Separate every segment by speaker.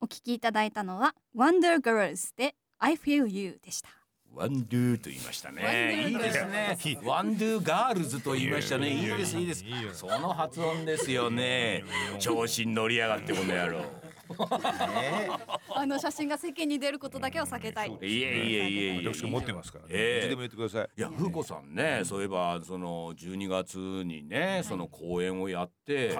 Speaker 1: お聞きいただいたのは Wonder Girls で I Feel You でした
Speaker 2: ワンドゥと言いましたね。いいですね。ワンドゥガールズと言いましたね。いいです、いいです。その発音ですよね。調子に乗りやがって、この野郎。
Speaker 1: あの写真が世間に出ることだけは避けたい
Speaker 2: いえいえいえいえ。
Speaker 3: 私も持ってますから、ね
Speaker 2: ええ
Speaker 3: いつでも言ってください
Speaker 2: いや、風子さんね、そういえば、その12月にね、その公演をやって。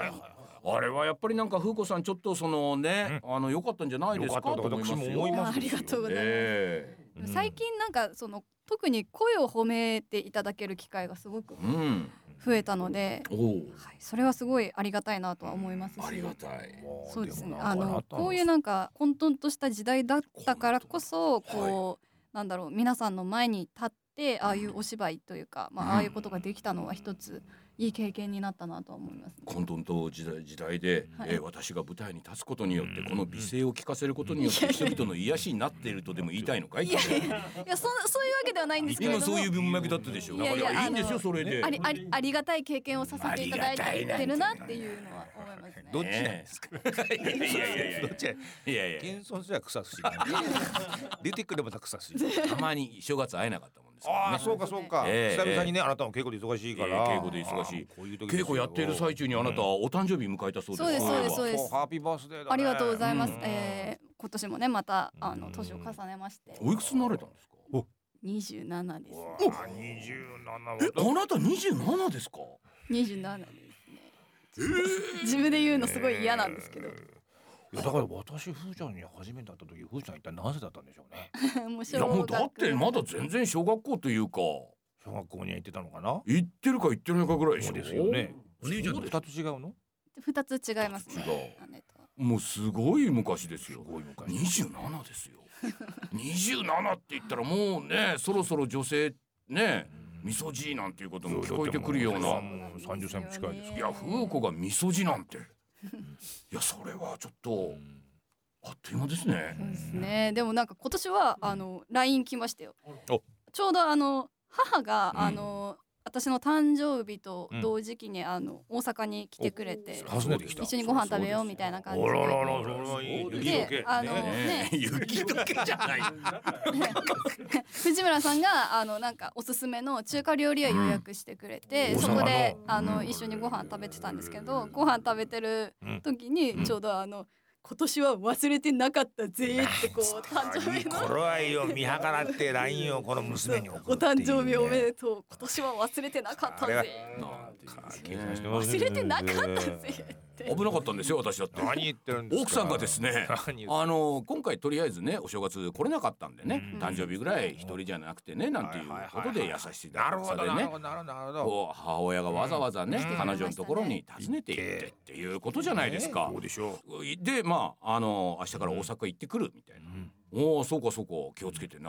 Speaker 2: あれはやっぱりなんか風子さんちょっとそのね、あの良かったんじゃないですか
Speaker 3: 良かった
Speaker 2: と思いますよ。
Speaker 3: 私も思い
Speaker 1: ますありがとうございます
Speaker 2: ええ
Speaker 1: 最近なんかその特に声を褒めていただける機会がすごく
Speaker 2: うん。
Speaker 1: 増えたので、
Speaker 2: おお。
Speaker 1: はい、それはすごいありがたいなとは思いますし
Speaker 2: ありがたい。
Speaker 1: そうですね
Speaker 3: も
Speaker 1: あ
Speaker 3: なんか
Speaker 1: の
Speaker 3: ったん
Speaker 1: こういうなんか混沌とした時代だったからこそこう、なんだろう皆さんの前に立ってああいうお芝居というか、まあ、ああいうことができたのは一ついい経験になったなとは思います、
Speaker 2: 混沌と時代時代で、
Speaker 1: はい
Speaker 2: えー私が舞台に立つことによってこの美声を聞かせることによって人々の癒しになっているとでも言いたいのかい
Speaker 1: いやいやいやそそういうわけではないんですけれ
Speaker 2: 今
Speaker 1: ども
Speaker 2: そういう文脈だったでしょ
Speaker 1: い
Speaker 2: だ
Speaker 1: や
Speaker 2: か
Speaker 1: いや
Speaker 2: らいいんです
Speaker 1: あ
Speaker 2: よ
Speaker 1: の
Speaker 2: それで
Speaker 1: ありありありがたい経験をさせていただいてるなっていうのは思いますね。
Speaker 3: どっちなん
Speaker 2: ね
Speaker 3: ですか、
Speaker 2: えいやいやいやい
Speaker 3: どっちや
Speaker 2: やいやいや
Speaker 3: 謙遜すりゃ草すし 出てくればたくさすした
Speaker 2: まに正月会えなかったもんですから
Speaker 3: ああ
Speaker 2: ね
Speaker 3: そうかそうか、
Speaker 2: ええ
Speaker 3: 久々にねあなたも稽古で忙しいから、
Speaker 2: ええ稽古で忙しい
Speaker 3: ああこういう時です
Speaker 2: 稽
Speaker 3: よ
Speaker 2: 古やっている最中にあなたはお誕生日迎えたそうですね
Speaker 1: そうですそうです
Speaker 3: ハッピーバースデーだ、ね、
Speaker 1: ありがとうございます。
Speaker 3: ん
Speaker 1: えー今年もねまたあの年を重ねまして
Speaker 2: おいくつになれたんですか
Speaker 1: 27です。
Speaker 3: うわ二十七
Speaker 2: えあなた27ですか
Speaker 1: 27ですね。自分で言うのすごい嫌なんですけど、
Speaker 3: いやだから私ふーちゃんに初めて会った時ふーちゃん一体何歳だったんでしょうね
Speaker 1: もう
Speaker 2: いやもうだってま
Speaker 1: だ
Speaker 2: だ全然小学校というか
Speaker 3: 小学校には行ってたのかな
Speaker 2: 行ってるか行ってないかぐらいでし
Speaker 3: そ
Speaker 2: ょ
Speaker 3: うですよね
Speaker 2: お姉ちゃんと
Speaker 3: 二つ違うの
Speaker 1: 二つ違います
Speaker 2: 違う
Speaker 1: ね。姉とは
Speaker 2: もうすごい昔ですよ。
Speaker 3: ごい昔
Speaker 2: 二十七ですよ。二十七って言ったらもうね、そろそろ女性ね、みそじなんていうことも聞こえてくるよう
Speaker 3: そ
Speaker 2: な。
Speaker 3: だもう30歳も近いです
Speaker 2: いや、風子がみそじなんて。いや、それはちょっとあっという間ですね。
Speaker 1: そうですね。でもなんか今年はあの LINE 来ましたよ
Speaker 3: お。
Speaker 1: ちょうどあの母が
Speaker 2: うん
Speaker 1: あの私の誕生日と同時期にあの大阪に来てくれて
Speaker 3: 訪ねてきた
Speaker 1: 一緒にご飯食べようみたいな感じ
Speaker 3: おらら
Speaker 1: で。
Speaker 3: らそれはいい
Speaker 2: そうです
Speaker 3: 雪解け
Speaker 1: であの
Speaker 3: ね
Speaker 2: ね
Speaker 1: ね、
Speaker 2: 雪解けじゃ ない。
Speaker 1: 藤村さんがあのなんかおすすめの中華料理屋予約してくれて、
Speaker 3: うん
Speaker 1: そこで
Speaker 3: 王様の
Speaker 1: あの、
Speaker 3: うん
Speaker 1: 一緒にご飯食べてたんですけどご飯食べてる時
Speaker 3: う
Speaker 1: に
Speaker 3: ん
Speaker 1: ちょうどあの、今年は忘れてなかったぜ」ってこう誕生日の
Speaker 3: 頃合いを見計らってラインをこの娘に送る
Speaker 1: お
Speaker 3: っていうね
Speaker 1: 誕生日おめでとう今年は忘れてなかった
Speaker 3: あ
Speaker 1: ぜ
Speaker 3: れ
Speaker 2: なんて
Speaker 3: 計
Speaker 2: ね
Speaker 3: 算してますね
Speaker 1: 忘れてなかったぜって
Speaker 2: 危なかったんですよ、私だって。
Speaker 3: 何言ってるんですか
Speaker 2: 奥さんがですね
Speaker 3: 何言って
Speaker 2: あの今回とりあえずねお正月来れなかったんでね、
Speaker 3: うん
Speaker 2: 誕生日ぐらい一人じゃなくてね、なんていうことで優しい
Speaker 3: なるほど
Speaker 2: で
Speaker 3: なる
Speaker 2: ね
Speaker 3: ほどなるほどなるほど
Speaker 2: こう母親がわざわざね、
Speaker 3: うん
Speaker 2: 彼女のところに訪ねて行ってっていうことじゃないですか。
Speaker 3: ねそうでしょ
Speaker 2: でまああの明日から大阪行ってくるみたいな「おおそうかそうか気をつけてな」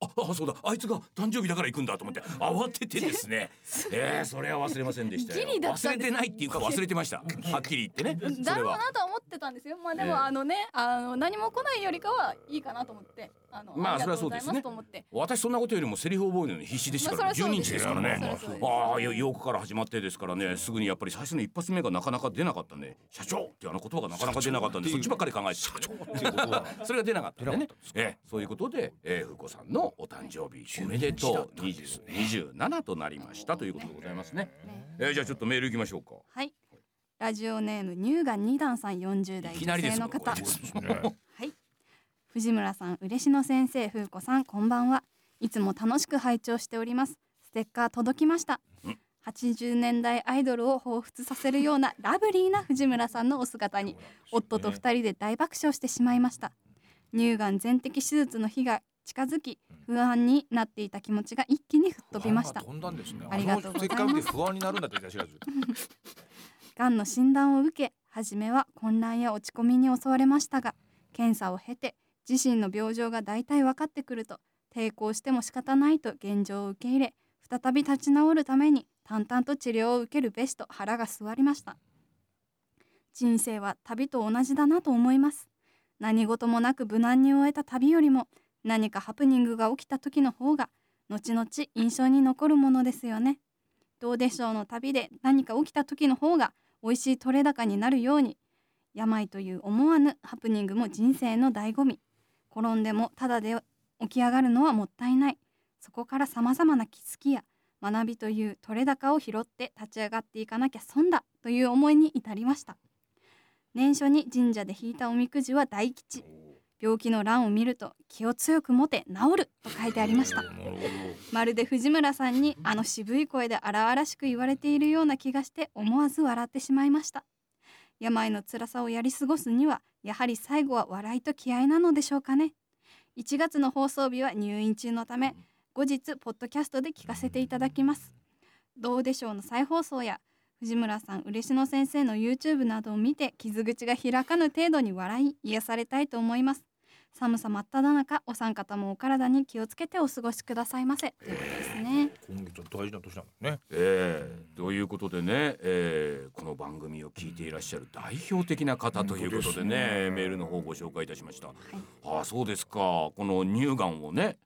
Speaker 2: ああそうだあいつが誕生日だから行くんだと思って慌ててですねえー、それは忘れませんでしたよ
Speaker 1: ギリだった
Speaker 2: 忘
Speaker 1: ん
Speaker 2: れ
Speaker 1: です
Speaker 2: てないっていうか忘れてましたはっきり言ってねそ
Speaker 1: だ
Speaker 2: れ
Speaker 1: ろう
Speaker 2: は。
Speaker 1: なとは思ってたんですよまあで
Speaker 2: ええ
Speaker 1: もあのねあの何も来ないよりかはいいかなと思ってあの
Speaker 2: まあ
Speaker 1: りがとござい
Speaker 2: それはそうですね
Speaker 1: すと思って
Speaker 2: 私そんなことよりもセリフ覚えるのに必死でしたから
Speaker 1: まあ
Speaker 2: ね、
Speaker 1: そりゃそうで
Speaker 2: 12日
Speaker 1: す
Speaker 2: ですからね
Speaker 1: そりゃそうです
Speaker 2: ああよ8日から始まってですからねすぐにやっぱり最初の一発目がなかなか出なかったんで「社長!」っていうあの言葉がなかなか出なかったんでそっちばっかり考えて社長
Speaker 3: っていうことは
Speaker 2: それが出なかったんで
Speaker 3: 出な
Speaker 2: ね
Speaker 3: かったんです
Speaker 2: ええそういうことで、ええ、ふこさんのお誕生日おめでとう20 27となりましたということでございますね、ええ、じゃあちょっとメールいきましょうか
Speaker 1: はいラジオネーム乳がん二段さん40代
Speaker 2: いきな
Speaker 1: 女
Speaker 2: りで
Speaker 1: 性
Speaker 2: す
Speaker 1: の
Speaker 2: もん
Speaker 1: 方
Speaker 2: これです
Speaker 1: はい藤村さん嬉野先生風子さんこんばんはいつも楽しく拝聴しておりますステッカー届きました80年代アイドルを彷彿させるようなラブリーな藤村さんのお姿に夫と2人で大爆笑してしまいました乳がん全摘手術の日が近づき不安になっていた気持ちが一気に吹っ飛びました
Speaker 3: 飛んだんですね
Speaker 1: ありがとうございます
Speaker 3: あのせっかくで不安になるんだって言った知らず
Speaker 1: がんの診断を受け初めは混乱や落ち込みに襲われましたが検査を経て自身の病状が大体分かってくると抵抗しても仕方ないと現状を受け入れ再び立ち直るために淡々と治療を受けるべしと腹が据わりました人生は旅と同じだなと思います何事もなく無難に終えた旅よりも何かハプニングが起きた時の方が後々印象に残るものですよねどうでしょうの旅で何か起きた時の方が美味しい取れ高になるように病という思わぬハプニングも人生の醍醐味転んでもただで起き上がるのはもったいないそこからさまざまな気づきや学びという取れ高を拾って立ち上がっていかなきゃ損だという思いに至りました年初に神社で引いたおみくじは大吉病気の欄を見ると気を強く持て治ると書いてありました
Speaker 2: なるほど
Speaker 1: まるで藤村さんにあの渋い声で荒々しく言われているような気がして思わず笑ってしまいました病の辛さをやり過ごすにはやはり最後は笑いと気合なのでしょうかね1月の放送日は入院中のため後日ポッドキャストで聞かせていただきますどうでしょうの再放送や藤村さん嬉野先生の YouTube などを見て傷口が開かぬ程度に笑い癒されたいと思います寒さ真っ只中お三方もお体に気をつけてお過ごしくださいませということですね、
Speaker 3: 今月は大事な年だもんね。
Speaker 2: ええということでね、ええこの番組を聞いていらっしゃる代表的な方ということでね
Speaker 3: 本当ですね
Speaker 2: メールの方をご紹介いたしました、ああそうですかこの乳がんをね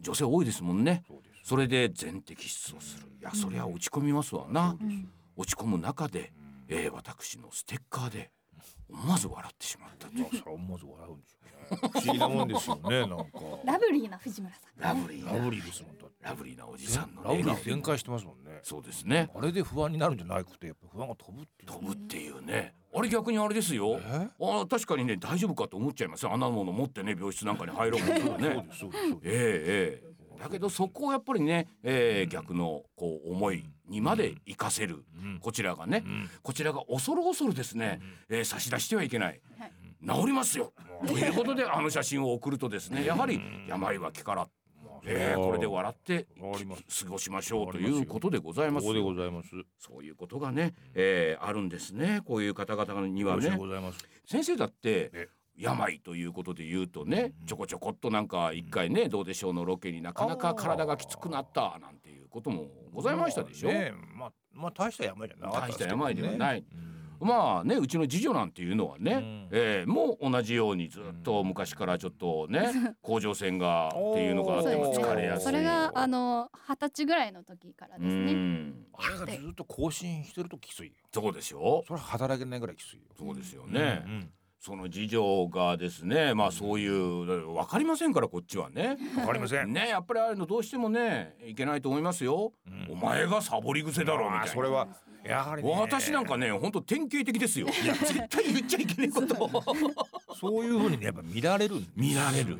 Speaker 2: 女性多いですもんね
Speaker 3: そうです。
Speaker 2: それで全摘出をするいやそりゃ落ち込みますわな、
Speaker 1: うん
Speaker 2: 落ち込む中で、えー、私のステッカーで思わず笑ってしまったと
Speaker 3: まあ、それは思わず笑うんでしょうね。不思議なもんですよね、なんか。
Speaker 1: ラブリーな藤村さん
Speaker 2: ラブリー
Speaker 3: ラブ
Speaker 2: な
Speaker 3: リーですもんだって。
Speaker 2: ラブリーなおじさんの
Speaker 3: ラブリ
Speaker 2: 笑顔
Speaker 3: ー全開してますもんね。
Speaker 2: そうですね
Speaker 3: あれで不安になるんじゃなくて、やっぱ不安が飛ぶっていう。
Speaker 2: 飛ぶっていうねあれ逆にあれですよ
Speaker 3: え
Speaker 2: あ確かにね大丈夫かと思っちゃいますよあんなもの持ってね病室なんかに 入ろうもんから
Speaker 3: そう
Speaker 2: ね
Speaker 3: です、そうですそうです。
Speaker 2: ええええだけどそこをやっぱりね、えー、逆のこう思いにまで生かせる
Speaker 3: うん。
Speaker 2: こちらがね
Speaker 3: うん。
Speaker 2: こちらが恐る恐るですね、えー差し出してはいけない、
Speaker 1: はい
Speaker 2: 治りますよということであの写真を送るとですねやはり病は気から、えーこれで笑って
Speaker 3: 治ります
Speaker 2: 過ごしましょうと
Speaker 3: 治
Speaker 2: い
Speaker 3: りますよ
Speaker 2: うことでございます
Speaker 3: そうでございます。
Speaker 2: そういうことがね、えーあるんですねこういう方々には
Speaker 3: そうで
Speaker 2: ね
Speaker 3: ございます。
Speaker 2: 先生だって
Speaker 3: ね
Speaker 2: 病ということで言うとねちょこちょこっとなんか一回ねどうでしょうのロケになかなか体がきつくなったなんていうこともございましたでしょ、
Speaker 3: まあねまあ、まあ、大した病じゃなかったですけどね。
Speaker 2: 大した病ではない
Speaker 3: うん。
Speaker 2: まあねうちの次女なんていうのはね、
Speaker 3: うん
Speaker 2: えーもう同じようにずっと昔からちょっとね甲状腺がっていうのがあって
Speaker 1: そうですね
Speaker 2: 疲れやすい。
Speaker 1: それがあの二十歳ぐらいの時から
Speaker 2: う
Speaker 1: ですね
Speaker 2: ん
Speaker 3: あれがずっと更新してるときついよ。
Speaker 2: そうでしょ
Speaker 3: それは働けないぐらいきついよ。
Speaker 2: そうですよね、
Speaker 3: うん
Speaker 2: その次女がですねまあそういうわかりませんからこっちはね
Speaker 3: わかりません。
Speaker 2: ねやっぱりああいうのどうしてもねいけないと思いますよ、
Speaker 3: うん
Speaker 2: お前がサボり癖だろみたい
Speaker 3: あー
Speaker 2: な
Speaker 3: それはやはり、ね、
Speaker 2: 私なんかね本当典型的ですよいや 絶対言っちゃいけないことを
Speaker 3: そういうふうにねやっぱ見られるんですよ
Speaker 2: 見られる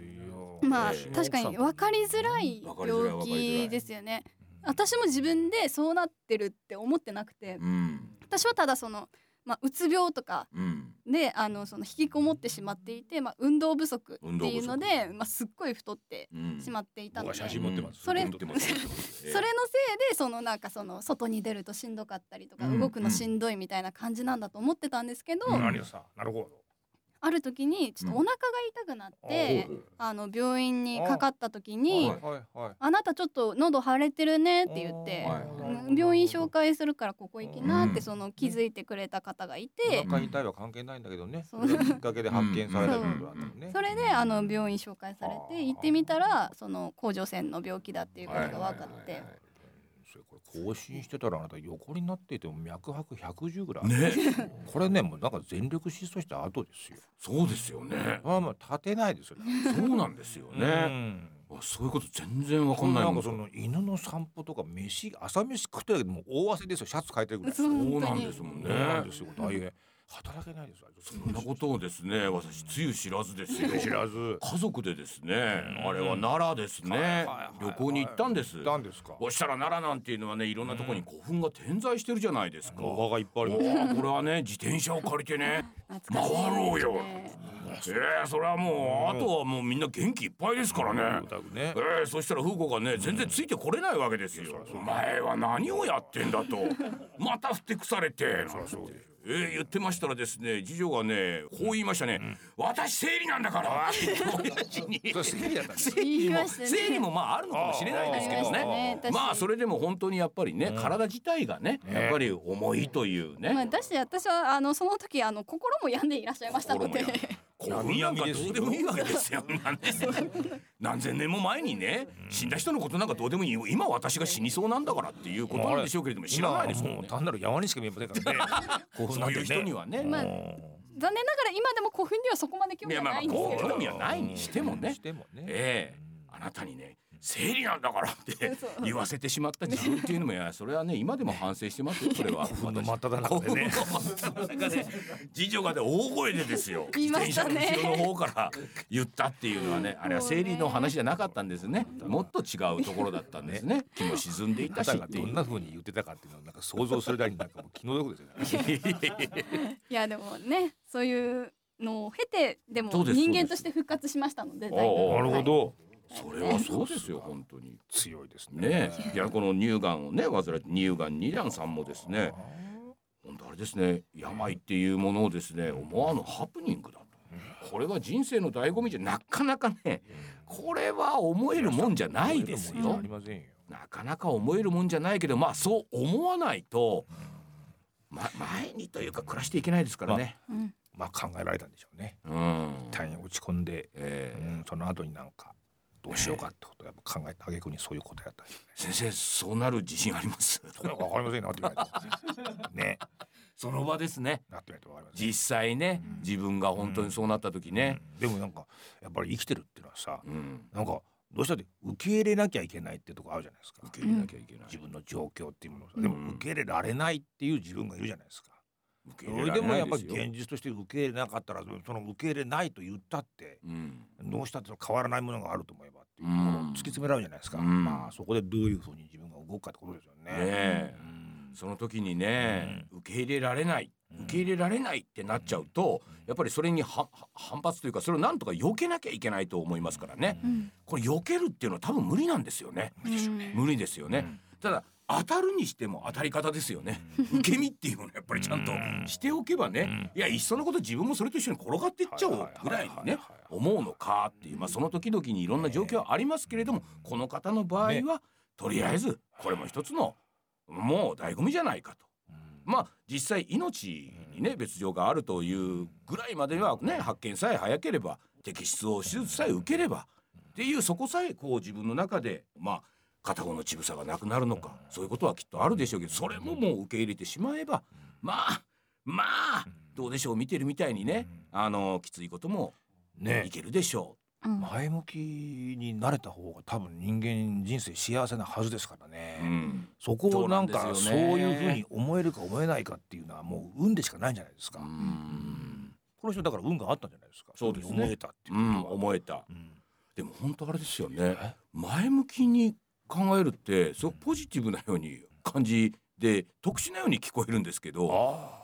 Speaker 1: まあ
Speaker 2: ええ
Speaker 1: 確かに分かりづらい
Speaker 2: 分かりづらい
Speaker 1: 病
Speaker 2: 分かりづら
Speaker 1: 気
Speaker 2: い
Speaker 1: ですよね私も自分でそうなってるって思ってなくて
Speaker 2: うん
Speaker 1: 私はただその、まあ、うつ病とか
Speaker 2: うん
Speaker 1: であのその引きこもってしまっていて、まあ、運動不足っていうの
Speaker 2: 運
Speaker 1: で、まあ、すっごい太って
Speaker 2: うん
Speaker 1: しまっていた
Speaker 3: 僕
Speaker 1: ので、
Speaker 3: は写
Speaker 1: それ
Speaker 3: 真持ってます。
Speaker 1: それ
Speaker 3: 本当に
Speaker 2: 持ってます
Speaker 1: のせいでそのなんかその外に出るとしんどかったりとか、
Speaker 2: うん
Speaker 1: 動くのしんどいみたいな感じなんだと思ってたんですけど、
Speaker 2: う
Speaker 3: なるほどなるほ
Speaker 1: ある時にちょっとお腹が痛くなって、
Speaker 2: うん
Speaker 1: あの病院にかかった時に
Speaker 2: は
Speaker 3: ど。はいはい。
Speaker 1: 「あなたちょっと喉腫れてるね」って言って。
Speaker 2: はい
Speaker 1: うん病院紹介するからここ行きなっ
Speaker 2: うん
Speaker 1: てその気づいてくれた方がいて
Speaker 3: お腹痛いは関係ないんだけどね。
Speaker 1: そう
Speaker 3: それがきっかけで発見されたことなんだもんね。
Speaker 1: それであの病院紹介され
Speaker 3: あ
Speaker 1: て
Speaker 3: ー
Speaker 1: 行ってみたらその甲状腺の病気だっていうことが分かっ
Speaker 3: はい
Speaker 1: て
Speaker 3: はいはいはいそれこれ更新してたらあなた横になっていても脈拍110ぐらい、
Speaker 2: ね
Speaker 3: これねもうなんか全力疾走した後ですよ
Speaker 2: そうですよね
Speaker 3: まあまあ立てないですよね
Speaker 2: そうなんですよね、あそういうこと全然わか
Speaker 3: こ
Speaker 2: ん
Speaker 3: ん
Speaker 2: ない
Speaker 3: な
Speaker 2: も
Speaker 3: ん
Speaker 2: ん
Speaker 3: かその犬の散歩とか飯朝飯食ってるだけでもう大汗ですよシャツ変えてるぐらい
Speaker 1: そう
Speaker 2: そうなんですもんね
Speaker 3: そうなんですよ大変働けないですよ
Speaker 2: そんなことをですね私つゆ知らず ですよ
Speaker 3: 知らず
Speaker 2: 家族でですね
Speaker 3: うん
Speaker 2: あれは奈良です
Speaker 3: はいはい
Speaker 2: ね
Speaker 3: はい
Speaker 2: 旅行に行ったんです
Speaker 3: 行ったんですか
Speaker 2: そしたら奈良なんていうのはねいろんなところに古墳が点在してるじゃないですか。
Speaker 3: おがいっぱいあり
Speaker 2: お
Speaker 3: ます
Speaker 2: ーこれはね自転車を借りてね
Speaker 1: 懐
Speaker 2: 回
Speaker 1: かしい
Speaker 2: ろうよ。
Speaker 1: ね
Speaker 2: えー、それはもうあとはもうみんな元気いっぱいですからね。
Speaker 3: お宅ね
Speaker 2: えー、そしたら風子がね全然ついてこれないわけですよ。お前は何をやってんだ とまたふてくされて。えー、言ってましたらですね次女がねこう言いましたね「私生理なんだから」 親父に
Speaker 3: それ正義だったんです
Speaker 2: 生理
Speaker 1: 言い
Speaker 2: も
Speaker 1: ましたね
Speaker 2: 生理もまああるのかもしれないですけど
Speaker 1: ありました
Speaker 2: ね。
Speaker 1: ね確かに
Speaker 2: まあそれでも本当にやっぱりね、体自体がねやっぱり重いというね、
Speaker 1: まあ、だして私はあのその時あの心も病んでいらっしゃいましたので
Speaker 2: 心も古墳なんかどうでもいいわけですよ。なんで何千年も前にね死んだ人のことなんかどうでもいい今私が死にそうなんだからっていうことなんでしょうけれども知らないですもん
Speaker 3: 今は
Speaker 2: ね
Speaker 3: う。単なる山にしか見えませんからね
Speaker 2: そういう人にはね、
Speaker 1: まあ 残念ながら今でも古墳にはそこまで興味はないんですけ
Speaker 2: いやまあまあ
Speaker 1: ど
Speaker 2: 興味はないにしてもね
Speaker 3: してもね
Speaker 2: ええ
Speaker 3: うん
Speaker 2: あなたにね生理なんだからって
Speaker 1: そう
Speaker 2: 言わせてしまった自分っていうのもいやそれはね今でも反省してますよこれ は。
Speaker 3: 古墳の真っ只中でね
Speaker 2: 古墳の真っ只中で次女がで大声でですよ
Speaker 1: 言いましたね
Speaker 2: 自転車の後ろの方から言ったっていうのはねあれは生理の話じゃなかったんですねもっと違うところだったんですね気も沈んでいたし
Speaker 3: 方
Speaker 2: っ
Speaker 3: が
Speaker 2: てい
Speaker 3: どん
Speaker 2: う。
Speaker 3: な風に言ってたかっていうのをなんか想像するだけになんかもう気の毒ですよね。
Speaker 1: いやでもねそういうのを経てでも
Speaker 2: そうです
Speaker 1: 人間として復活しましたのでだいぶ
Speaker 2: おうおう
Speaker 1: はい
Speaker 3: ど。
Speaker 2: それはそうですよ本当に。
Speaker 3: 強いですね
Speaker 2: ね。えいやこの乳がんをね患い乳がん二段さんもですね本当あれですね病っていうものをですね思わぬハプニングだとこれは人生の醍醐味じゃなかなかねこれは思えるもんじゃないです
Speaker 3: 思えるも
Speaker 2: よ
Speaker 3: んじゃありませんよ。
Speaker 2: なかなか思えるもんじゃないけどまあそう思わないと、ま、前にというか暮らしていけないですからね、
Speaker 1: うん
Speaker 3: まあ考えられたんでしょうね。
Speaker 2: うん
Speaker 3: 一旦落ち込んで、う
Speaker 2: ええ
Speaker 3: ん、その後になんかどうしようかってことをやっぱ考えた挙句にそういうこと やったんでしょうね。
Speaker 2: 先生そうなる自信あり ます
Speaker 3: そんなのわかりませんなって言われて。ね。
Speaker 2: その場ですね
Speaker 3: なってみないとわかりません。
Speaker 2: 実際ね
Speaker 3: うん
Speaker 2: 自分が本当にそうなった時ね、
Speaker 3: でもなんかやっぱり生きてるっていうのはさ、
Speaker 2: うん、
Speaker 3: なんかどうしたって受け入れなきゃいけないってとこあるじゃないですか。
Speaker 2: 受け入れなきゃいけない、
Speaker 3: 自分の状況っていうものをさ
Speaker 1: うん
Speaker 3: でも受け入れられないっていう自分がいるじゃないですか。
Speaker 2: 受け
Speaker 3: そ
Speaker 2: 入れ
Speaker 3: れ
Speaker 2: ら
Speaker 3: で
Speaker 2: れ
Speaker 3: も
Speaker 2: な
Speaker 3: やっ
Speaker 2: い
Speaker 3: ぱ
Speaker 2: で
Speaker 3: り
Speaker 2: すよ
Speaker 3: 現実として受け入れなかったらその受け入れないと言ったって
Speaker 2: うん
Speaker 3: どうしたってその変わらないものがあると思えばっていう
Speaker 2: うん
Speaker 3: ものを突き詰められるじゃないですか、
Speaker 2: うん
Speaker 3: まあそこでどういうふうに自分が動くかってことですよね。
Speaker 2: ねえ
Speaker 3: うん
Speaker 2: その時にね、受け入れられない受け入れられないってなっちゃうと、やっぱりそれにはは反発というかそれをなんとか避けなきゃいけないと思いますからね、
Speaker 1: うん
Speaker 2: これ避けるっていうのは多分無理なんですよね無理ですよね、ただ当たるにしても当たり方ですよね、受け身っていうものやっぱりちゃんとしておけばね、いやいっそのこと自分もそれと一緒に転がっていっちゃおうぐらいに
Speaker 3: はいはいはい
Speaker 2: ね
Speaker 3: はい
Speaker 2: 思うのかっていうまあその時々にいろんな状況はありますけれどもこの方の場合
Speaker 3: ね
Speaker 2: はとりあえずこれも一つのもう醍醐味じゃないかと。まあ実際命にね別状があるというぐらいまではね発見さえ早ければ摘出を手術さえ受ければっていうそこさえこう自分の中でまあ片方の乳房がなくなるのかそういうことはきっとあるでしょうけどそれももう受け入れてしまえばまあまあどうでしょう見てるみたいにねあのきついことも
Speaker 3: ね
Speaker 2: いけるでしょ
Speaker 1: うん
Speaker 3: 前向きになれた方が多分人間人生幸せなはずですから
Speaker 2: う。
Speaker 3: ね、
Speaker 2: うん
Speaker 3: そこをなん
Speaker 2: そうなんで
Speaker 3: か
Speaker 2: す
Speaker 3: そう
Speaker 2: よね
Speaker 3: いうふうに思えるか思えないかっていうのはもう運でしかないんじゃないですか、
Speaker 2: うん
Speaker 3: この人だから運があったんじゃないですか
Speaker 2: そうですね
Speaker 3: 思えたっていう
Speaker 2: う
Speaker 3: こと
Speaker 2: ん
Speaker 3: は、
Speaker 2: 思えた
Speaker 3: うん
Speaker 2: でも本当あれですよね前向きに考えるってすごくポジティブなように感じで特殊なように聞こえるんですけど
Speaker 3: あ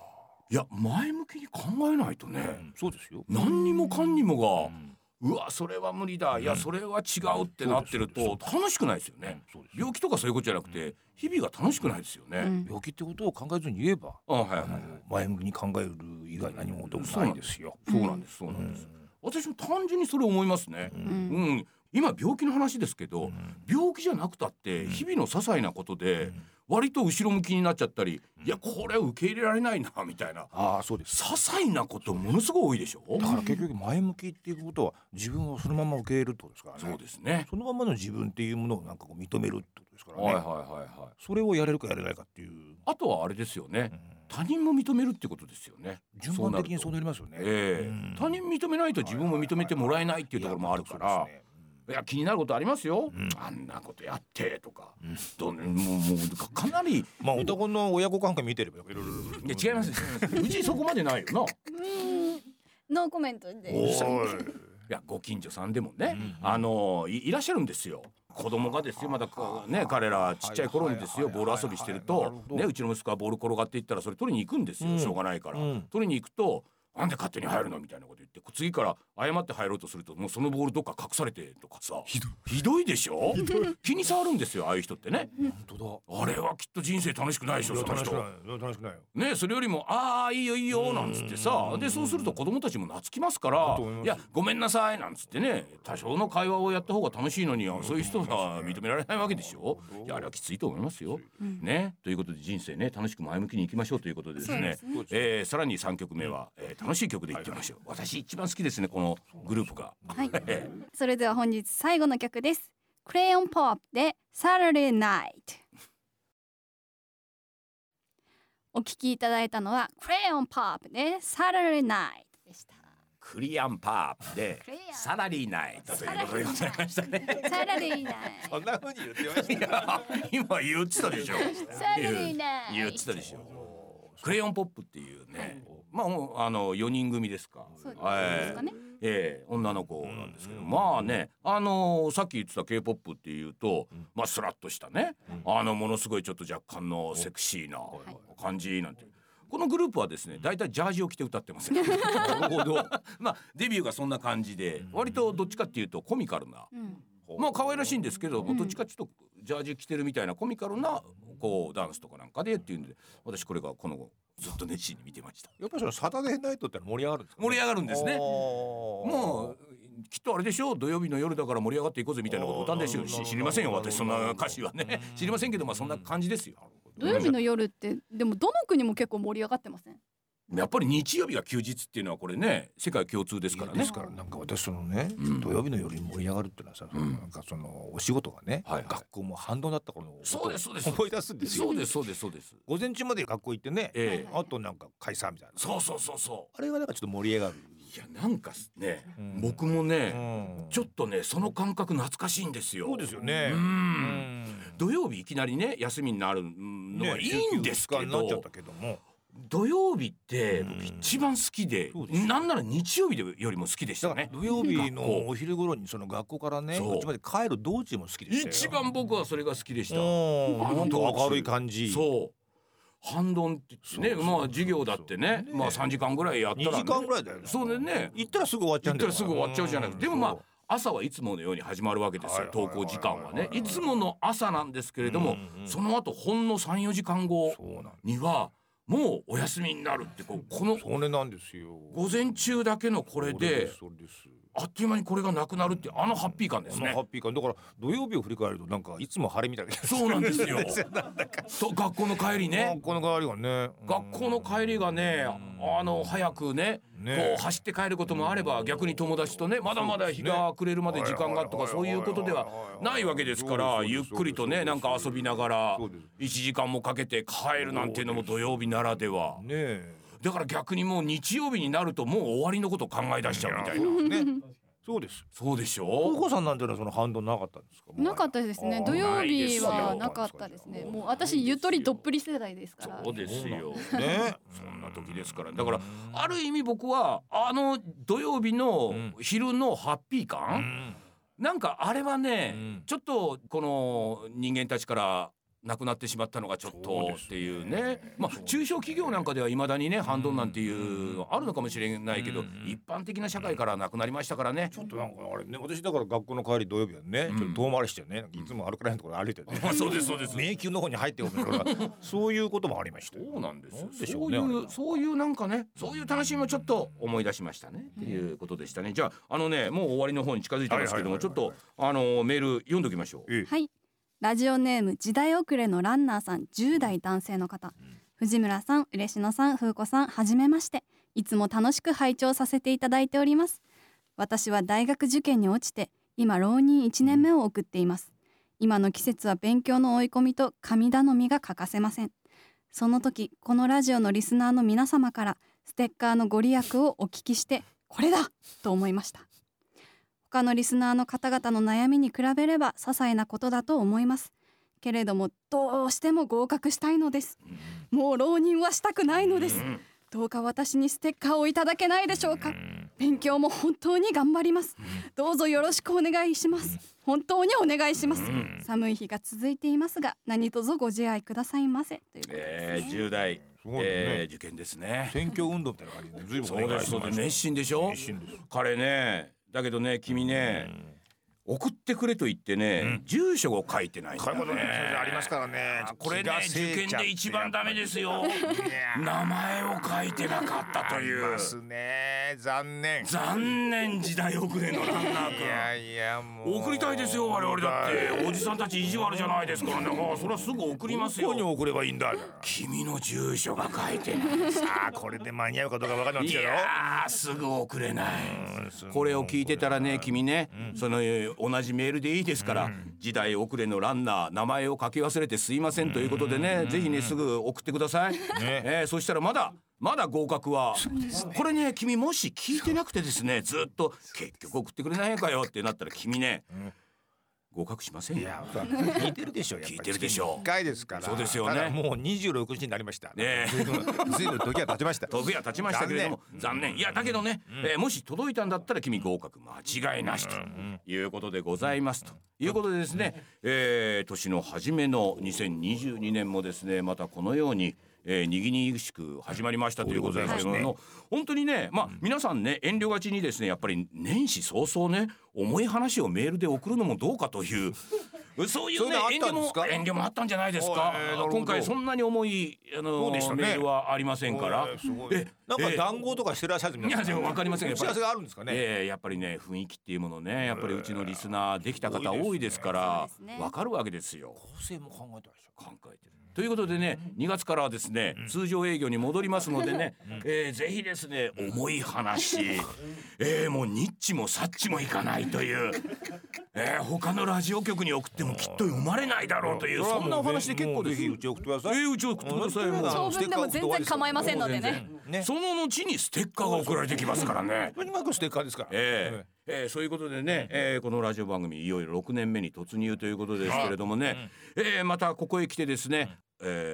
Speaker 2: いや前向きに考えないと
Speaker 3: あ、う
Speaker 2: ね
Speaker 3: んそうですよ、
Speaker 2: 何にもかんにも
Speaker 3: ん
Speaker 2: がうわそれは無理だいやそれは違うってなってる
Speaker 3: そう
Speaker 2: と
Speaker 3: です
Speaker 2: 楽しくないですよ
Speaker 3: うん
Speaker 2: ね
Speaker 3: そうですよ
Speaker 2: 病気とかそういうことじゃなくて日々が楽しくないですよ
Speaker 1: う
Speaker 2: ね
Speaker 1: ん
Speaker 3: 病気ってことを考えずに言えば、
Speaker 2: あはいはい
Speaker 3: あの前向きに考える以外何もでもないですよ、
Speaker 2: そうなんですそうなんです私も単純にそれ思いますね
Speaker 1: う
Speaker 2: うんん今病気の話ですけど病気じゃなくたって日々の些細なことで割と後ろ向きになっちゃったりいやこれは受け入れられないなみたいな
Speaker 3: ああそうです
Speaker 2: 些細なことものすごい多いでしょ
Speaker 3: だから結局前向きっていうことは自分をそのまま受け入れるってことですからね
Speaker 2: そうですね
Speaker 3: そのままの自分っていうものをなんかこう認めるってことですからね、
Speaker 2: はいはい
Speaker 3: それをやれるかやれないかっていう、
Speaker 2: あとはあれですよね
Speaker 3: うん
Speaker 2: 他人も認めるってことですよね
Speaker 3: 順番的にそう
Speaker 2: なると
Speaker 3: なりますよね。
Speaker 2: え
Speaker 3: うん
Speaker 2: え他人認めないと自分も認めてもらえないっていうところもあるか
Speaker 3: いや
Speaker 2: ら
Speaker 3: そうですね
Speaker 2: いや気になることありますよ
Speaker 3: うん
Speaker 2: あんなことやってとか
Speaker 3: ん
Speaker 2: どんもうもうかかなり
Speaker 3: まあ男の親子関係見てればいろいろ
Speaker 2: いや違います。 違いますうちそこまでないよな
Speaker 1: ノーコメント
Speaker 3: お
Speaker 1: で
Speaker 3: い。
Speaker 2: いやご近所さんでもね、
Speaker 3: うん
Speaker 2: あのいいらっしゃるんですよ子供がですよまだこうね彼らちっちゃい頃にですよ
Speaker 3: はい
Speaker 2: ボ
Speaker 3: はい
Speaker 2: ール遊びしてる
Speaker 3: なる
Speaker 2: と
Speaker 3: ほど
Speaker 2: ねうちの息子はボール転がっていったらそれ取りに行くんですよ、
Speaker 3: うん
Speaker 2: しょうがないから、
Speaker 3: うん
Speaker 2: 取りに行くとなんで勝手に入るのみたいなこと言って次から謝って入ろうとするともうそのボールどっか隠されてとかさひどいでしょ気に障るんですよああいう人ってね
Speaker 3: 本当
Speaker 2: あれはきっと人生楽しくないでし
Speaker 3: だ。
Speaker 2: ょ
Speaker 3: いや
Speaker 2: その
Speaker 3: 楽しくない
Speaker 2: 人。
Speaker 3: いや楽しくないよ。
Speaker 2: ね、それよりも「ああいいよいいよ」なんつってさ
Speaker 3: うん
Speaker 2: でそうすると子供たちも懐きますか
Speaker 3: だ
Speaker 2: ら
Speaker 3: と思
Speaker 2: 「
Speaker 3: います
Speaker 2: いやごめんなさい」なんつってね多少の会話をやった方が楽しいのにそういう人は認められないわけでしょ
Speaker 3: うん
Speaker 2: いやあれはきついと思いますよ。
Speaker 1: うん
Speaker 2: ね、ということで人生ね楽しく前向きにいきましょうということでです
Speaker 1: そう
Speaker 2: ね
Speaker 1: ですね
Speaker 2: えーさらに3曲目は、えー楽しい曲でいってみましょう、私一番好きですねこのグループが。
Speaker 1: はい。それでは本日最後の曲です。クレヨンポップで Saturday Night。お聞きいただいたのはクレヨンパープでサラリーナイトでした。
Speaker 2: クリアンパープで
Speaker 1: クリアン
Speaker 2: サラリーナイトということでございまし たね。
Speaker 1: サラリー ナイ
Speaker 3: そんな風に言ってまし
Speaker 2: いや今言ってたでしょ。
Speaker 1: ト。サラリーナ
Speaker 2: 言っ
Speaker 1: イ
Speaker 2: て
Speaker 1: ト。
Speaker 2: たでしょ。クレヨンポップっていうね、まあもうあの四人組ですか。
Speaker 1: そうです
Speaker 2: は
Speaker 1: か
Speaker 2: い
Speaker 1: ね。
Speaker 2: ええ女の子なんですけど、
Speaker 3: うん
Speaker 2: まあねあのーさっき言ってた K-POP っていうと、
Speaker 3: うん
Speaker 2: まあスラッとしたね、
Speaker 3: うん
Speaker 2: あのものすごいちょっと若干のセクシーな
Speaker 1: はい
Speaker 2: 感じなんていう。このグループはですね、大体ジャージを着て歌って ますよ。なるほど。まあデビューがそんな感じで、割とどっちかっていうとコミカルな、
Speaker 1: うん。
Speaker 2: まあ可愛らしいんですけど、
Speaker 1: うん
Speaker 2: どっちかちょっとジャージ着てるみたいなコミカルなこうダンスとかなんかでっていうんで、私これがこの後ずっと熱心に見てました。
Speaker 3: やっぱりそのサタデーナイトってのは盛り上がるんですか、
Speaker 2: 盛り上がるんですね。も
Speaker 3: も
Speaker 2: うきっとあれでしょう土曜日の夜だから盛り上がっていこうぜみたいなことを歌うんでしょう
Speaker 3: あ
Speaker 2: し
Speaker 3: ー
Speaker 2: 知りませんよ
Speaker 3: なるほど
Speaker 2: 私そんな歌詞はね
Speaker 3: うん
Speaker 2: 知りませんけどまあそんな感じですよ
Speaker 1: 土曜日の夜ってでもどの国も結構盛り上がってません。
Speaker 2: やっぱり日曜日が休日っていうのはこれね世界共通ですから
Speaker 3: で
Speaker 2: ね
Speaker 3: すからなんか私そのね、
Speaker 2: うん
Speaker 3: 土曜日の夜に盛り上がるっていうのはさ、
Speaker 2: うん
Speaker 3: なんかそのお仕事がね、
Speaker 2: はいはい
Speaker 3: 学校も反動だった頃のことを
Speaker 2: そうですそうです
Speaker 3: 思い出すんですよ
Speaker 2: そうですそうですそうです
Speaker 3: 午前中まで学校行ってね、
Speaker 2: ええ
Speaker 1: はい
Speaker 3: あとなんか解散みたいな
Speaker 2: そうそうそうそ
Speaker 3: あれがなんかちょっと盛り上がる、
Speaker 2: ういやなんかね
Speaker 3: うん
Speaker 2: 僕もね
Speaker 3: うん
Speaker 2: ちょっとねその感覚懐かしいんですよ
Speaker 3: そうですよ
Speaker 2: う
Speaker 3: ね
Speaker 2: ん土曜日いきなりね休みになるのはいいんですけ
Speaker 3: ね休
Speaker 2: ど
Speaker 3: 日になっちゃったけども
Speaker 2: 土曜日って
Speaker 3: うん
Speaker 2: 僕一番好きで
Speaker 3: そうですよ
Speaker 2: なんなら日曜日よりも好きでし
Speaker 3: だ
Speaker 2: た
Speaker 3: から
Speaker 2: ね
Speaker 3: 土曜日
Speaker 2: 学校
Speaker 3: のお昼頃にその学校からね
Speaker 2: そう
Speaker 3: うちまで帰る道中も好きでしたよ
Speaker 2: 一番僕はそれが好きでし
Speaker 3: う
Speaker 2: た。
Speaker 3: んなんか明るい感じ
Speaker 2: そう。反論って言ってね、
Speaker 3: そうそ
Speaker 2: ま
Speaker 3: う
Speaker 2: あ授業だってね、
Speaker 3: ね
Speaker 2: まあ三時間ぐらいやった
Speaker 3: 2
Speaker 2: ら、ね、
Speaker 3: 時間ぐらいだよ
Speaker 2: そうでね
Speaker 3: 行ったらすぐ終わっち
Speaker 2: 行
Speaker 3: ゃう
Speaker 2: っ
Speaker 3: ん
Speaker 2: た
Speaker 3: だ
Speaker 2: らすぐ終わっちゃうじゃないですか。でもまあ
Speaker 3: あ
Speaker 2: 朝はいつものように始まるわけです
Speaker 3: は
Speaker 2: よ
Speaker 3: い。
Speaker 2: 登校時間はね
Speaker 3: は、い
Speaker 2: いつもの朝なんですけれども、
Speaker 3: うんうん
Speaker 2: その後ほんの三四時間後
Speaker 3: そうなんです
Speaker 2: にはもうお休みになるってこうこの
Speaker 3: それなんですよ
Speaker 2: 午前中だけのこれで。
Speaker 3: それですそれです
Speaker 2: あっという間にこれがなくなるってあのハッピー感です
Speaker 3: あの
Speaker 2: ね
Speaker 3: ハ。ッピー感だから土曜日を振り返るとなんかいつも晴れみたいな気が。
Speaker 2: そうなんですよ
Speaker 3: なんだか
Speaker 2: と学校の帰りね
Speaker 3: 学。校の代わりがね
Speaker 2: 学校の帰りがね、あの早くね、
Speaker 3: ね
Speaker 2: こう走って帰ることもあれば、逆に友達とね、まだまだ日が暮れるまで時間がとか、そういうことではないわけですから、ゆっくりとね、なんか遊びながら
Speaker 3: そうです。
Speaker 2: 1時間もかけて帰るなんていうのも土曜日ならでは
Speaker 3: ねえ
Speaker 2: だから逆にもう日曜日になるともう終わりのことを考え出しちゃうみたいな
Speaker 3: ね そうです
Speaker 2: そうでし
Speaker 3: お
Speaker 2: ょ
Speaker 3: 子さんなんていうのはその反動なかったんですか
Speaker 1: なかったですね。
Speaker 3: あ
Speaker 1: 土曜
Speaker 2: ないです
Speaker 1: 日
Speaker 2: よ
Speaker 1: はなかったですね。もう私
Speaker 2: ないですよ
Speaker 1: ゆとりどっぷり世代ですから。
Speaker 2: そうですよ
Speaker 3: ね
Speaker 2: そんな時ですからだからある意味僕はあの土曜日の昼のハッピー
Speaker 3: う
Speaker 2: 感、
Speaker 3: ん
Speaker 2: なんかあれはね、
Speaker 3: うん
Speaker 2: ちょっとこの人間たちからなくなってしまったのがちょっ
Speaker 3: そう
Speaker 2: と
Speaker 3: ですね
Speaker 2: っていうねま
Speaker 3: そうです
Speaker 2: あ
Speaker 3: ね
Speaker 2: 中小企業なんかではいまだにね反動なんていうのあるのかもしれないけど、
Speaker 3: うんうん
Speaker 2: 一般的な社会からはなくなりましたからね。
Speaker 3: ちょっとなんかあれね私だから学校の帰り土曜日はねちょっと遠回りしてねいつも歩かないところ歩いてね
Speaker 2: そうですそうです
Speaker 3: 迷宮の方に入っておくから そういうこともありましたよ
Speaker 2: そうなんですよ。
Speaker 3: でしょ
Speaker 2: そうう
Speaker 3: ね
Speaker 2: い
Speaker 3: あれ
Speaker 2: う、そういうなんかね、そういう楽しみもちょっと思い出しましたね。
Speaker 1: うん
Speaker 2: っていうことでしたね。じゃあ、あのね、もう終わりの方に近づいてますけども、
Speaker 3: はい
Speaker 2: ち
Speaker 3: はい
Speaker 2: ょっ
Speaker 3: はいはい
Speaker 2: と、あの、メール読んでおきましょう。
Speaker 3: ええ
Speaker 1: はい。ラジオネーム時代遅れのランナーさん10代男性の方、藤村さん嬉野さん風子さんはじめましていつも楽しく拝聴させていただいております私は大学受験に落ちて今浪人1年目を送っています今の季節は勉強の追い込みと神頼みが欠かせませんその時このラジオのリスナーの皆様からステッカーのご利益をお聞きしてこれだと思いました他のリスナーの方々の悩みに比べれば些細なことだと思いますけれどもどうしても合格したいのですもう浪人はしたくないのです
Speaker 2: うん
Speaker 1: どうか私にステッカーをいただけないでしょうか勉強も本当に頑張りますどうぞよろしくお願いします本当にお願いします
Speaker 2: ん
Speaker 1: 寒い日が続いていますが何卒ご自愛くださいませということで
Speaker 2: えー、
Speaker 1: すね
Speaker 2: 10代、
Speaker 3: すごいね
Speaker 2: えー受験ですね。
Speaker 3: 選挙運動みたいな感じで随
Speaker 2: そう
Speaker 3: 分
Speaker 2: です、そうです。熱心でしょ
Speaker 3: 熱心です
Speaker 2: 彼ね、だけどね、君ね、送ってくれと言ってね
Speaker 3: う、ん
Speaker 2: 住所を書いてないんだ
Speaker 3: 買い
Speaker 2: よ
Speaker 3: 物ね
Speaker 2: ね。
Speaker 3: ありますからね
Speaker 2: あこれね、受験で一番ダメですよ。名前を書いてなかったとい
Speaker 3: あり
Speaker 2: う
Speaker 3: ま。すね残念
Speaker 2: 残念時代遅れのランナ
Speaker 3: いや
Speaker 2: ー
Speaker 3: いやも
Speaker 2: 君
Speaker 3: う
Speaker 2: 送りたいですよ我々だっておじさんたち意地悪じゃないですからねああそれはすぐ送ります
Speaker 3: どこに
Speaker 2: よ
Speaker 3: 送ればいいんだ
Speaker 2: 君の住所が書いてな
Speaker 3: さあこれで間に合うかどうかわかんないい
Speaker 2: い
Speaker 3: けど
Speaker 2: やーすぐ送れない
Speaker 3: うん
Speaker 2: これを聞いてたらね君ねそのえー同じメールでいいですから、
Speaker 3: うん
Speaker 2: 時代遅れのランナー名前を書き忘れてすいませんということでね、
Speaker 3: うん
Speaker 2: ぜひねすぐ送ってください、
Speaker 3: ね
Speaker 2: えーそしたらまだまだ合格は、これね君もし聞いてなくてですねずっと結局送ってくれないのかよってなったら君ね
Speaker 3: うん
Speaker 2: 合格しません
Speaker 3: い
Speaker 2: よ
Speaker 3: や、聞いてるでしょ。やっぱり
Speaker 2: 聞いてるでしょ
Speaker 3: 一回ですから。
Speaker 2: そうですよね
Speaker 3: ただもう二十六日になりました。
Speaker 2: ねえ
Speaker 3: 随分随分時は経ちました。
Speaker 2: 飛ぶや立ちましたけれども残
Speaker 3: 残
Speaker 2: 念
Speaker 3: 念
Speaker 2: いやだけどね、
Speaker 3: うん
Speaker 2: えーもし届いたんだったら君合格間違いなしと
Speaker 3: うん
Speaker 2: いうことでございますということでですね、えー年の初めの2022年もですねまたこのように、えー、にぎにぎしく始まりましたということですけども、
Speaker 3: はい
Speaker 2: 本当にねまあ皆さんね遠慮がちにですねやっぱり年始早々ね重い話をメールで送るのもどうかと いう。そういうね
Speaker 3: そうい
Speaker 2: 遠慮
Speaker 3: うのあったんで
Speaker 2: も
Speaker 3: すか
Speaker 2: 遠慮もあったんじゃないですか
Speaker 3: おいなるほ。ど
Speaker 2: 今回そんなに重いあ
Speaker 3: そ
Speaker 2: の、
Speaker 3: うでしたね
Speaker 2: メールはありませんから。
Speaker 3: えーすごい
Speaker 2: え
Speaker 3: なんか
Speaker 2: え
Speaker 3: 談合とかしてらっしゃるんです
Speaker 2: いやでもわかりません
Speaker 3: 打
Speaker 2: けど
Speaker 3: ち合わせがあるんですかね。
Speaker 2: ええやっぱりね雰囲気っていうものねやっぱりうちのリスナーできた方
Speaker 3: 多いですね
Speaker 2: 多いですから
Speaker 1: そうですね
Speaker 2: わかるわけですよ
Speaker 3: 構成も考えてらっしゃる。
Speaker 2: 考えてる。ということでね2月からはですね通常営業に戻りますのでね、えーぜひですね重い話、えーもうニッチもサッチもいかないという、えー他のラジオ局に送ってもきっと読まれないだろうという
Speaker 3: れは
Speaker 2: そ
Speaker 3: も
Speaker 2: んなお話で結構
Speaker 3: もう
Speaker 2: で
Speaker 3: ぜ
Speaker 2: す。
Speaker 3: ひ
Speaker 2: え
Speaker 3: うち送ってください。
Speaker 2: ーうち送ってくださいもう
Speaker 3: も
Speaker 4: 長文でも全然構いませんので
Speaker 2: 全
Speaker 4: ね。
Speaker 2: 然
Speaker 3: ね。
Speaker 2: その後にステッカーが送られてきますからね。
Speaker 3: うまくステッカーですから。
Speaker 2: ええええそういうことでね、ええこのラジオ番組いよいよ6年目に突入ということですけれどもね、ええまたここへ来てですね、え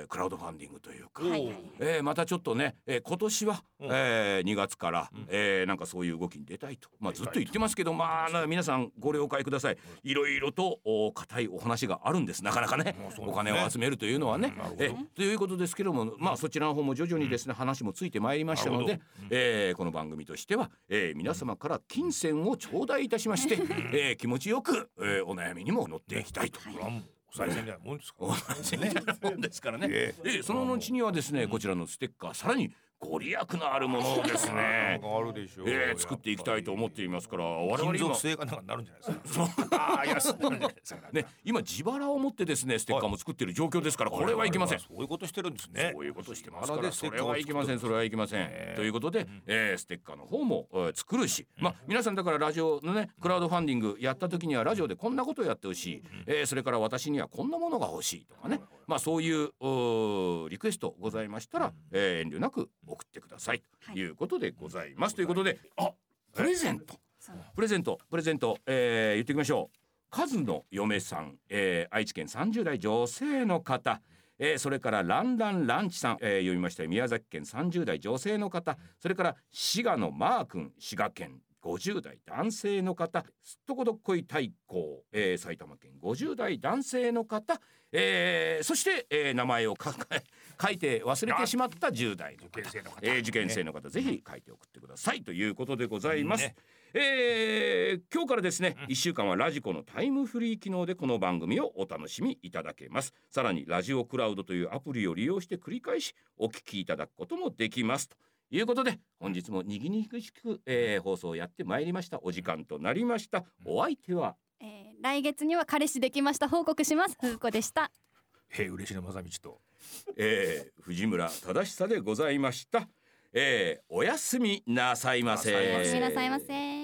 Speaker 2: えクラウドファンディングというか、
Speaker 1: は
Speaker 2: え
Speaker 1: いはい
Speaker 2: えまたちょっとね、ええ今年は、
Speaker 3: うん
Speaker 2: ええ2月から、ええなんかそういう動きに出たいと、まあ、ずっと言ってますけど、まあな皆さんご了解くださいいろいろとお固いお話があるんですなかなかね
Speaker 3: もうそうですね
Speaker 2: お金を集めるというのはね。ええということですけども、まあ、そちらの方も徐々にですね、話もついてまいりましたので、
Speaker 3: なる
Speaker 2: えーこの番組としては、えー皆様から金銭を頂戴いたしまして、えー気持ちよく、えーお悩みにも乗っていき たいと。
Speaker 3: これはもうお賽銭みたいなもんですか
Speaker 2: 同
Speaker 3: ら
Speaker 2: じね、もんですからね。え
Speaker 3: え
Speaker 2: ーその後にはですね、こちらのステッカー、さらにご利益のあるものをです
Speaker 3: なん
Speaker 2: ね、
Speaker 3: かあるでしょう。
Speaker 2: えー作っていきたいと思っていますから、我々
Speaker 3: 金
Speaker 2: 今
Speaker 3: 属、製かなんかになるんじゃないです
Speaker 2: そう
Speaker 3: か。 ああ、いや、そうなんじゃないですか。
Speaker 2: ね、今自腹を持ってですね、ステッカーも作っている状況ですから、これはいけません。
Speaker 3: そういうことしてるんですね。
Speaker 2: そういうことしてますか
Speaker 3: なの
Speaker 2: ら、
Speaker 3: で
Speaker 2: それはいけません、それはいけません。
Speaker 3: え
Speaker 2: ということで、えーステッカーの方も、えー作るし、まあ、皆さんだからラジオのね、クラウドファンディングやった時にはラジオでこんなことをやってほしい、えーそれから私にはこんなものが欲しいとかね、まあ、そういうおーリクエストございましたら、えー遠慮なく送ってくださいということでございます。ということで、あプレゼント。
Speaker 1: そう
Speaker 2: プレゼント、プレゼント、えー言っていきましょう。カズの嫁さん、えー愛知県30代女性の方。えーそれからランランランチさん、えー読みました宮崎県30代女性の方それから滋賀のマー君滋賀県50代男性の方すっとこどっこい太鼓、えー埼玉県50代男性の方、えーそして、えー名前を書か 書いて忘れてしまった10代の方
Speaker 3: 受験生の方
Speaker 2: えー受験生の方、ぜひ書いて送ってくださいということでございます。
Speaker 3: ね
Speaker 2: えー今日からですね、1週間はラジコのタイムフリー機能でこの番組をお楽しみいただけますさらにラジオクラウドというアプリを利用して繰り返しお聞きいただくこともできますということで本日もにぎにぎしく、えー放送をやってまいりましたお時間となりましたお相手は
Speaker 4: えー来月には彼氏できました報告します。ふうこでした。
Speaker 3: へえ、嬉野正道と。
Speaker 2: えー藤村忠久でございました。えーおやすみなさいませ。
Speaker 3: おや
Speaker 4: おやすみなさいませ。